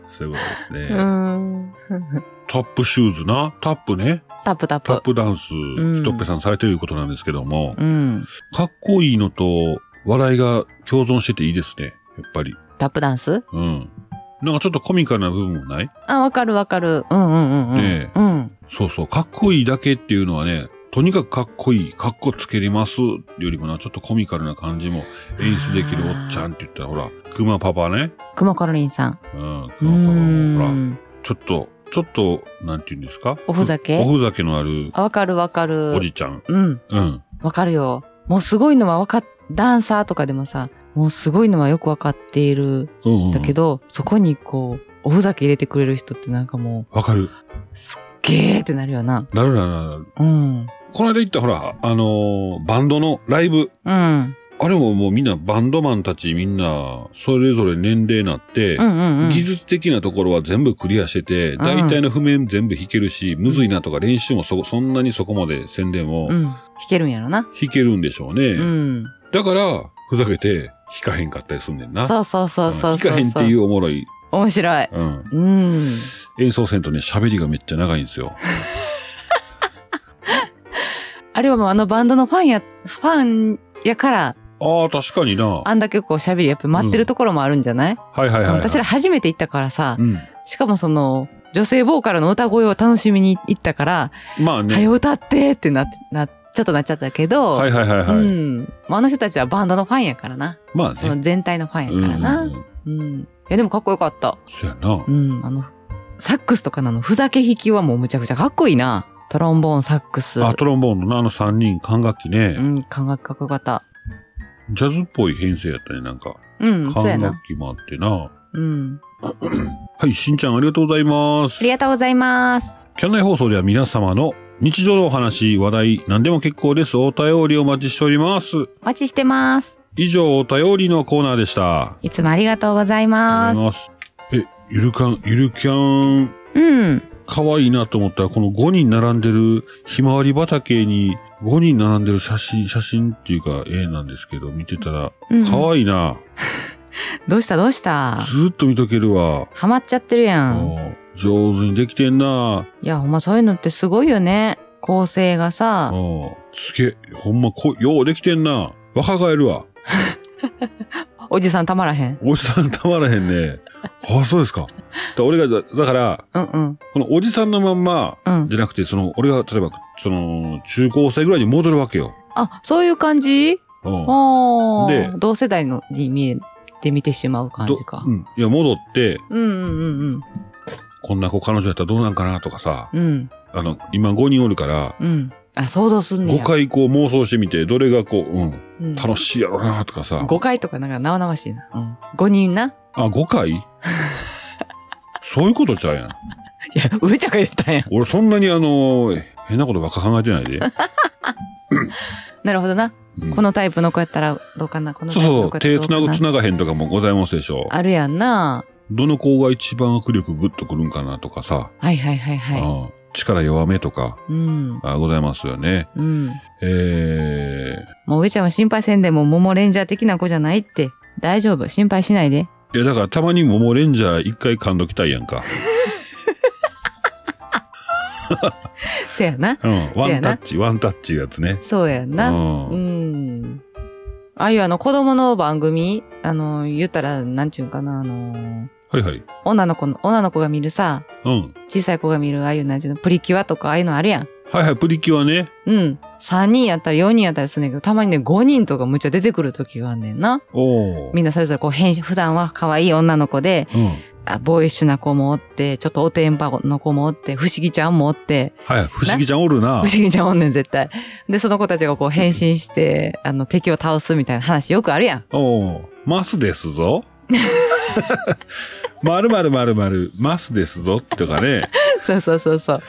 Speaker 1: そういうことですね。
Speaker 2: うん。
Speaker 1: タップシューズな。タップね。
Speaker 2: タップタッ
Speaker 1: タップ
Speaker 2: プ。
Speaker 1: ダンス、ひ
Speaker 2: ん
Speaker 1: とっぺさんされてるいうことなんですけども、
Speaker 2: うん。
Speaker 1: かっこいいのと笑いが共存してていいですね。やっぱり。
Speaker 2: タップダンス
Speaker 1: うん。なんかちょっとコミカルな部分もない
Speaker 2: あ、わかるわかる。うんうんうんうん。
Speaker 1: ね
Speaker 2: うん。
Speaker 1: そうそう。かっこいいだけっていうのはね、とにかくかっこいい、かっこつけれますよりもな、ちょっとコミカルな感じも演出できるおっちゃんって言ったら、ほら、熊パパね。
Speaker 2: 熊コロリンさん。
Speaker 1: うん、
Speaker 2: う
Speaker 1: 熊
Speaker 2: ー
Speaker 1: パパもほら、
Speaker 2: ん。
Speaker 1: ちょっとちょっと、なんていうんですか
Speaker 2: おふざけ
Speaker 1: おふざけのある
Speaker 2: あわかるわかる
Speaker 1: お。じちゃん。
Speaker 2: うん。
Speaker 1: うん。
Speaker 2: わかるよ。もうすごいのはわかっ、ダンサーとかでもさ、もうすごいのはよくわかっている
Speaker 1: うん、うん。
Speaker 2: だけど、そこにこう、おふざけ入れてくれる人ってなんかも
Speaker 1: わかる。
Speaker 2: う、すっげーってなるよな。
Speaker 1: なるなるなる。
Speaker 2: うん。
Speaker 1: この間行ったほら、あのーバンドのライブ。
Speaker 2: うん。
Speaker 1: あれももうみんなバンドマンたちみんな、それぞれ年齢なって、
Speaker 2: うんうんうん。
Speaker 1: 技術的なところは全部クリアしてて、
Speaker 2: ん
Speaker 1: 大体の譜面全部弾けるし、むずいなとか練習もそ、そんなにそこまで宣伝も
Speaker 2: うん。弾けるんやろな。
Speaker 1: 弾けるんでしょうね。
Speaker 2: うん。
Speaker 1: だから、ふざけて弾かへんかったりすんねんな。
Speaker 2: そうそうそうそ
Speaker 1: ん
Speaker 2: うそう。。
Speaker 1: 弾かへんっていううおもろい。
Speaker 2: 面白い。
Speaker 1: うん。
Speaker 2: うん。
Speaker 1: 演奏せんとね、喋りがめっちゃ長いんですよ。
Speaker 2: あれはもうあのバンドのファンや、ファンやから、
Speaker 1: ああ、確かにな。は
Speaker 2: あんだけこう喋り、やっぱ待ってるところもあるんじゃない、
Speaker 1: いはいはい、はい。
Speaker 2: 私ら初めて行ったからさ
Speaker 1: う、ん。
Speaker 2: しかもその、女性ボーカルの歌声を楽しみに行ったから、
Speaker 1: まあ
Speaker 2: は
Speaker 1: ね。
Speaker 2: よ歌ってってなって、な、ちょっとなっちゃったけど、
Speaker 1: はいはいはいはい。
Speaker 2: うん。まああの人たちはバンドのファンやからな。
Speaker 1: まあ
Speaker 2: その
Speaker 1: ね。
Speaker 2: 全体のファンやから
Speaker 1: う
Speaker 2: な。
Speaker 1: ん。
Speaker 2: うん。いや、でもかっこよかった。
Speaker 1: そやな
Speaker 2: う。ん。あの、サックスとかのあのふざけ弾きはもうむちゃくちゃかっこいいな。トロンボーン、サックス。
Speaker 1: あ、トロンボーンのな、あの3人、管楽器
Speaker 2: う
Speaker 1: ね。
Speaker 2: ん、感覚かっこよかった。
Speaker 1: ジャズっぽい編成やったね、なんか。
Speaker 2: うん、そうや
Speaker 1: 管楽
Speaker 2: な。
Speaker 1: 器もあってな。
Speaker 2: うん。
Speaker 1: はい、しんちゃんありがとうございます
Speaker 2: あ。りがとうございます。
Speaker 1: キャンナイ放送では皆様の日常のお話、話題、何でも結構です。お便りお待ちしております。
Speaker 2: お待ちしてます。
Speaker 1: 以上、お便りのコーナーでした。
Speaker 2: いつもありがとうござい
Speaker 1: あ
Speaker 2: ま
Speaker 1: り
Speaker 2: す。
Speaker 1: がとうございます。え、ゆるかん、ゆるキャン、
Speaker 2: うん。
Speaker 1: 可愛いなと思ったら、この5人並んでる、ひまわり畑に5人並んでる写真、写真っていうか、絵なんですけど、見てたら、
Speaker 2: うん、
Speaker 1: 可愛いな。
Speaker 2: どうしたどうした
Speaker 1: ずーっと見とけるわ。
Speaker 2: ハマっちゃってるやん。
Speaker 1: もう上手にできてんな。
Speaker 2: いや、ほんまそういうのってすごいよね。構成がさ、
Speaker 1: うんすげえ、ほんまこ、ようできてんな。若返るわ。
Speaker 2: おじさんたまらへん。
Speaker 1: おじさんたまらへんね。 ああ、そうですか。だ俺がだ、だから、
Speaker 2: うんうん。
Speaker 1: このおじさんのまんま、
Speaker 2: うん。
Speaker 1: じゃなくて、その、俺が、例えば、その、中高生ぐらいに戻るわけよ。
Speaker 2: あ、そういう感じ
Speaker 1: うん。
Speaker 2: あ
Speaker 1: で
Speaker 2: あ。同世代のに見えて見てしまう感じか
Speaker 1: どう。ん。いや、戻って、
Speaker 2: うんうんうん
Speaker 1: こんな子彼女やったらどうなんかなとかさ、
Speaker 2: うん。うん
Speaker 1: あの、今5人おるから、
Speaker 2: うん。あ、想像すんね
Speaker 1: 5
Speaker 2: や。
Speaker 1: 回こう妄想してみて、どれがこう、うん、
Speaker 2: うん
Speaker 1: 楽しいやろなとかさ。
Speaker 2: 5回とかなんか生々しいな。うん。5人な。
Speaker 1: あ、5回そういうことちゃうやん。
Speaker 2: いや、上ちゃんが言ったんやん。
Speaker 1: 俺そんなにあの、変なことばっか考えて ないで。
Speaker 2: なるほどな。
Speaker 1: うん
Speaker 2: このタイプの子やったらどうかな。この
Speaker 1: そ
Speaker 2: タ
Speaker 1: う
Speaker 2: イプ
Speaker 1: そう
Speaker 2: の子や
Speaker 1: そう、
Speaker 2: ったら
Speaker 1: 手
Speaker 2: どう
Speaker 1: つ
Speaker 2: か
Speaker 1: な
Speaker 2: な。
Speaker 1: ぐつながへんとかもございますでしょう。
Speaker 2: あるやんな。
Speaker 1: どの子が一番握力グッとくるんかなとかさ、
Speaker 2: はいはいはいは
Speaker 1: うん力弱めとか、
Speaker 2: い。うん。
Speaker 1: あございますよね。
Speaker 2: うん。
Speaker 1: え
Speaker 2: もう上ちゃんは心配せんでも、モモレンジャー的な子じゃないって。大丈夫。心配しないで。
Speaker 1: ー、いやだからたまにももうレンジャー一回噛んどきたいやんか。
Speaker 2: せやな。
Speaker 1: うん、
Speaker 2: そう
Speaker 1: ワ
Speaker 2: や
Speaker 1: ン
Speaker 2: な
Speaker 1: タッチ、ワンタッチやつね。
Speaker 2: そうやんな。う
Speaker 1: うん
Speaker 2: ん。ああいうあの子供の番組、あの、言ったら、なんていうんかな、あの、
Speaker 1: はいはい。
Speaker 2: 女の子の、女の子が見るさ、
Speaker 1: うん。
Speaker 2: 小さい子が見るああいうなんていうの、プリキュアとかああいうのあるやん。
Speaker 1: はいはい、プリキュアね。
Speaker 2: うん。3人やったり4人やったりするんだけど、たまにね、5人とかむっちゃ出てくる時があんねんな。
Speaker 1: おお。
Speaker 2: みんなそれぞれこう変身、普段は可愛い女の子で、
Speaker 1: うん。
Speaker 2: あボーイッシュな子もおって、ちょっとおてんばの子もおって、不思議ちゃんもおって、
Speaker 1: はい、不思議ちゃんおるな
Speaker 2: 不思。議ちゃんおんねん絶対。で、その子たちがこう変身して、あの敵を倒すみたいな話よくあるやん。
Speaker 1: おお。マスですぞ。まるまるまるまる、マスですぞ。とかね。
Speaker 2: そうそうそうそう。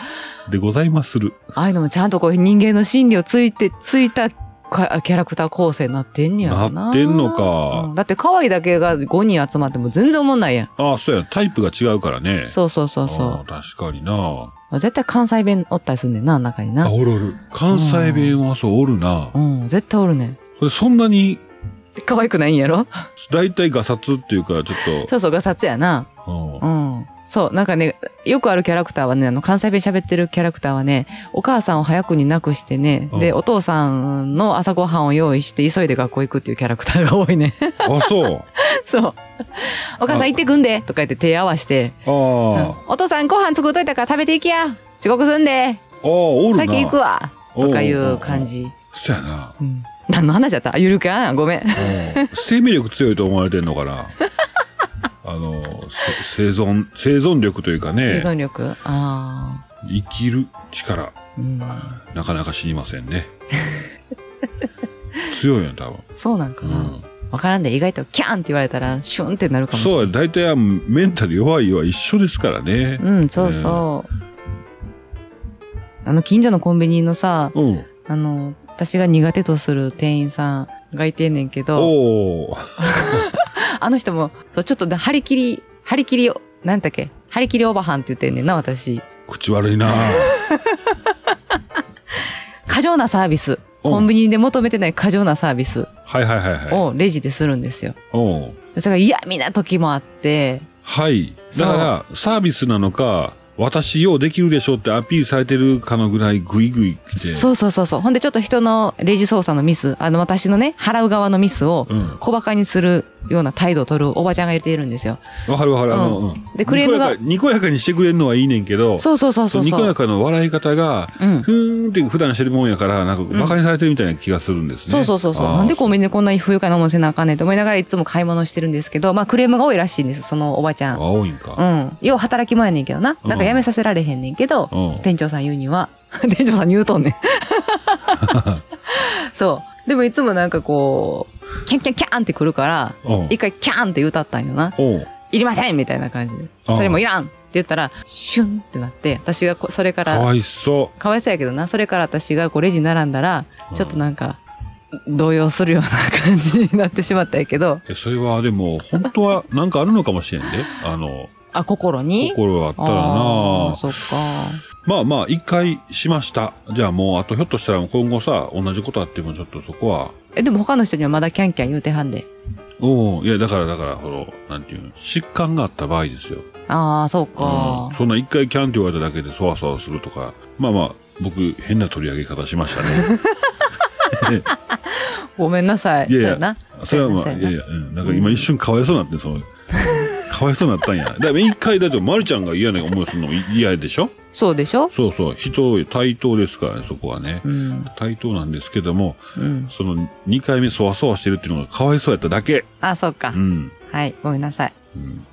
Speaker 1: でございまする。
Speaker 2: ああいうのもちゃんとこう人間の心理をついて、ついたかキャラクター構成になってんねやろな。
Speaker 1: なってんのか
Speaker 2: うんだって可愛いだけが5人集まっても全然おもんないやん。
Speaker 1: ああ、そうや。タイプが違うからね。
Speaker 2: そうそうそうそう
Speaker 1: あ。あ確かにな。
Speaker 2: 絶対関西弁おったりすんねんな、中に
Speaker 1: あ、
Speaker 2: な。
Speaker 1: おるおる。関西弁はそうおるな
Speaker 2: う。ん、絶対おるねん。
Speaker 1: それそんなに、
Speaker 2: 可愛くないんやろ
Speaker 1: だいたいガサツっていうか、ちょっ
Speaker 2: そうそう、ガサツやな。
Speaker 1: と、う
Speaker 2: うんん。そう、なんかね、よくあるキャラクターはね、あの、関西弁喋ってるキャラクターはね、お母さんを早くに亡くしてね、
Speaker 1: うん
Speaker 2: で、お父さんの朝ごはんを用意して、急いで学校行くっていうキャラクターが多いね。
Speaker 1: あ、そう。
Speaker 2: そう。お母さん行ってくんでとか言って手合わして、うん
Speaker 1: ああ、
Speaker 2: お父さんご飯作っといたから食べていきや遅刻すんで
Speaker 1: ああ、おるな。
Speaker 2: 先行くわとかいう感
Speaker 1: おうおうおう。
Speaker 2: じ。
Speaker 1: そうやな。
Speaker 2: うん。何の話だったあゆるキャンごめん。
Speaker 1: う ん生命力強いと思われてんのかな。ああの、せ生存、生存力というか
Speaker 2: 生
Speaker 1: ね、
Speaker 2: 存力ああ
Speaker 1: 生きる力、
Speaker 2: うん
Speaker 1: なかなか知りません ね。強いよ、多分。
Speaker 2: そうなんか
Speaker 1: う
Speaker 2: な、わ
Speaker 1: ん、
Speaker 2: からんで意外とキャンって言われたらシュンってなるかもしれ
Speaker 1: そ
Speaker 2: な
Speaker 1: う
Speaker 2: い
Speaker 1: や、大体はメンタル弱いは一緒ですからね。
Speaker 2: うんそうそう、あの近所のコンビニのさ
Speaker 1: うん。
Speaker 2: あの私が苦手とする店員さんがいてんねんけど
Speaker 1: おおー
Speaker 2: あの人もそうちょっとな張り切り張り切りをなんだっけ張り切りおばはんって言ってんねんな私
Speaker 1: 口悪い な
Speaker 2: 過剰なサービスコンビニで求めてない過剰なサービス
Speaker 1: はいはいはいはい。
Speaker 2: をレジでするんですよ。
Speaker 1: うん。
Speaker 2: それが嫌味な時もあって、
Speaker 1: はい。だから、サービスなのか、私ようできるでしょってアピールされてるかのぐらいグイグイ来て。
Speaker 2: そうそうそうそう。ほんでちょっと人のレジ操作のミス、あの私のね、払う側のミスを
Speaker 1: うん。わ
Speaker 2: 小馬鹿にするような態度を取るおばちゃんがいているんですよ。
Speaker 1: かるわかる。あの、
Speaker 2: う
Speaker 1: うん
Speaker 2: で、クレームが、
Speaker 1: にこやかににこやかにしてくれるのはいいねんけど、
Speaker 2: そうそうそうそう
Speaker 1: にこ
Speaker 2: そ
Speaker 1: や
Speaker 2: う。
Speaker 1: かの笑い方が、
Speaker 2: うん。
Speaker 1: ふーんって普段してるもんやから、なんか馬鹿にされてるみたいな気がするんですね。
Speaker 2: そうそうそうそう。
Speaker 1: あー
Speaker 2: なんでコンビニでこんなに不愉快なもんせなあかんねんと思いながらいつも買い物してるんですけど、まあクレームが多いらしいんですよ、そのおばちゃん。
Speaker 1: 青いん
Speaker 2: う
Speaker 1: か。
Speaker 2: ん。よう働き前やねんけどな。なんか辞めさせられへんねんけど、
Speaker 1: うん。
Speaker 2: 店長さん言うには 店長さんに言うとんね んそうでもいつもなんかこうキャンキャンキャンってくるから
Speaker 1: うん。
Speaker 2: 一回キャンって歌ったんよな
Speaker 1: うん。
Speaker 2: いりませんみたいな感じで
Speaker 1: ああ
Speaker 2: それもいらんって言ったらシュンってなって私がこそれか
Speaker 1: からわいそ
Speaker 2: かわいそうやけどなそれから私がこうレジ並んだら
Speaker 1: う。
Speaker 2: ちょっと
Speaker 1: うん
Speaker 2: なんか動揺するような感じになってしまったんやけど
Speaker 1: えそれはでも、本当はなんかあるのかもしれんで。あの、
Speaker 2: あ心に
Speaker 1: 心はあったらな
Speaker 2: ああそっか
Speaker 1: まあまあ、一回しました。じゃあもう、あとひょっとしたら今後さ、同じことあってもちょっとそこは、
Speaker 2: えでも他の人にはまだキャンキャン言うてはんで
Speaker 1: うん。いや、だからだから、その、なんていうの、疾患があった場合ですよ。
Speaker 2: ああそう
Speaker 1: う
Speaker 2: か
Speaker 1: ん、そんな一回キャンって言われただけでそわそわするとか、まあまあ、僕、変な取り上げ方しましたね。
Speaker 2: ごめんなさい。
Speaker 1: いやいや
Speaker 2: そうな。
Speaker 1: それはまあ、
Speaker 2: そうやない
Speaker 1: やいや、うん、なんか今一瞬かわいそうなって、その、かわいそうなったんや。だから一回だって、まるちゃんが嫌な思いするのも嫌でしょ
Speaker 2: そうでしょ
Speaker 1: そうそう、人、対等ですからね、そこはね。
Speaker 2: うん。
Speaker 1: 対等なんですけども、
Speaker 2: うん。
Speaker 1: その2回目そわそわしてるっていうのがかわいそうやっただけ。
Speaker 2: あ、そうか
Speaker 1: う。ん。
Speaker 2: はい。ごめんなさい。
Speaker 1: うん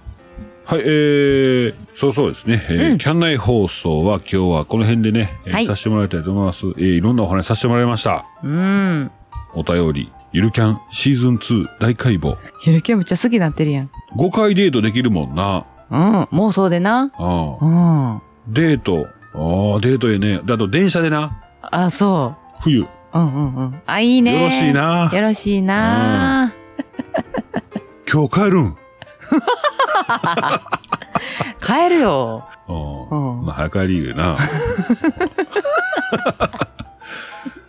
Speaker 1: はい、えー、そうそうですね、えー
Speaker 2: うん
Speaker 1: キャン内放送は今日はこの辺でね、えー
Speaker 2: はい
Speaker 1: させてもらいたいと思います。えーいろんなお話させてもらいました。
Speaker 2: うん。
Speaker 1: お便り、ゆるキャンシーズン2大解剖。
Speaker 2: ゆるキャンめっちゃ好きになってるやん。
Speaker 1: 5回デートできるもんな。
Speaker 2: うん。妄想でな。
Speaker 1: うん
Speaker 2: うん。
Speaker 1: デート。ああ、デートええね。だと電車でな。
Speaker 2: あ、そ
Speaker 1: 冬。よ
Speaker 2: う。うんうんうん。あ、いいね。
Speaker 1: ろしい。な。
Speaker 2: よろしいな。
Speaker 1: 今日帰るん。
Speaker 2: 帰るよ。
Speaker 1: うん
Speaker 2: うん。
Speaker 1: まあ、早帰り言うな。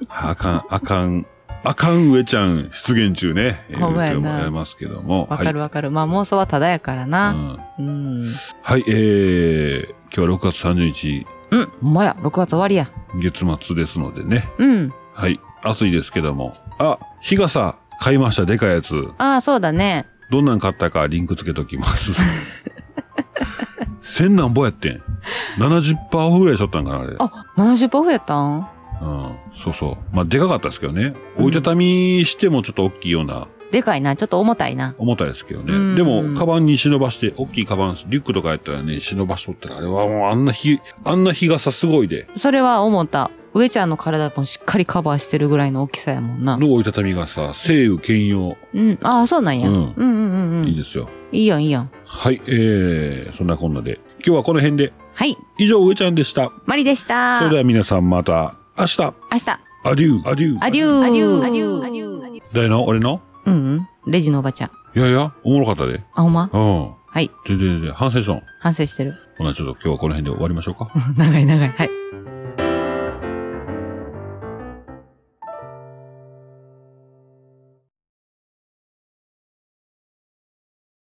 Speaker 1: あかん、あかん、あかん上ちゃん出現中ね。えー
Speaker 2: ほんまや
Speaker 1: 言
Speaker 2: な
Speaker 1: うてもらいますけども。
Speaker 2: わかるわかる。まあ妄想はただやから
Speaker 1: はい、う
Speaker 2: な。
Speaker 1: ん
Speaker 2: うん。
Speaker 1: はい、えー、今日は6月30日、
Speaker 2: うん。ほんまや。6月終わりや。
Speaker 1: 月末ですのでね。
Speaker 2: うん。
Speaker 1: はい、暑いですけども。あ、日傘買いました、でかいやつ。
Speaker 2: ああ、そうだね。
Speaker 1: どんなん買ったかリンクつけとき ます。千何本やってん。70%オフぐらいしょったんかな、あれ。
Speaker 2: あ、70%オフやったん
Speaker 1: うん、そうそう。まあ、でかかったですけどね。折りたたみしてもちょっと大きいような、
Speaker 2: でかいな。ちょっと重たいな。
Speaker 1: 重たいですけどね。
Speaker 2: うん
Speaker 1: でも、カバンに忍ばして、大きいカバン、リュックとかやったらね、忍ばしとったら、あれはもうあんな日、あんな日傘すごいで、
Speaker 2: それは思った。上ちゃんの体もしっかりカバーしてるぐらいの大きさやもんな。
Speaker 1: の折りたたみ傘、晴雨兼用、
Speaker 2: うん。ああ、そうなんや。
Speaker 1: う
Speaker 2: うんん、うん、うんうん。
Speaker 1: いい
Speaker 2: い
Speaker 1: ですよ。
Speaker 2: いやん、いいやん。
Speaker 1: はい、えー、そんなこんなで、今日はこの辺で、
Speaker 2: はい。
Speaker 1: 以上、上ちゃんでした。
Speaker 2: マリでした。
Speaker 1: それでは皆さんまた、明日、
Speaker 2: 明日。
Speaker 1: アデュー、アデュー。
Speaker 2: アデュー。
Speaker 3: アデューアデューアデュー
Speaker 1: 誰の俺の
Speaker 2: うん、うん。レジのおばちゃん。
Speaker 1: いやいや、おもろかったで。
Speaker 2: あ、ほんま
Speaker 1: うん。
Speaker 2: はい。
Speaker 1: 全然全然、反省しとん。
Speaker 2: 反省してる。
Speaker 1: ほな、ちょっと今日はこの辺で終わりましょうか。
Speaker 2: 長い長い。はい。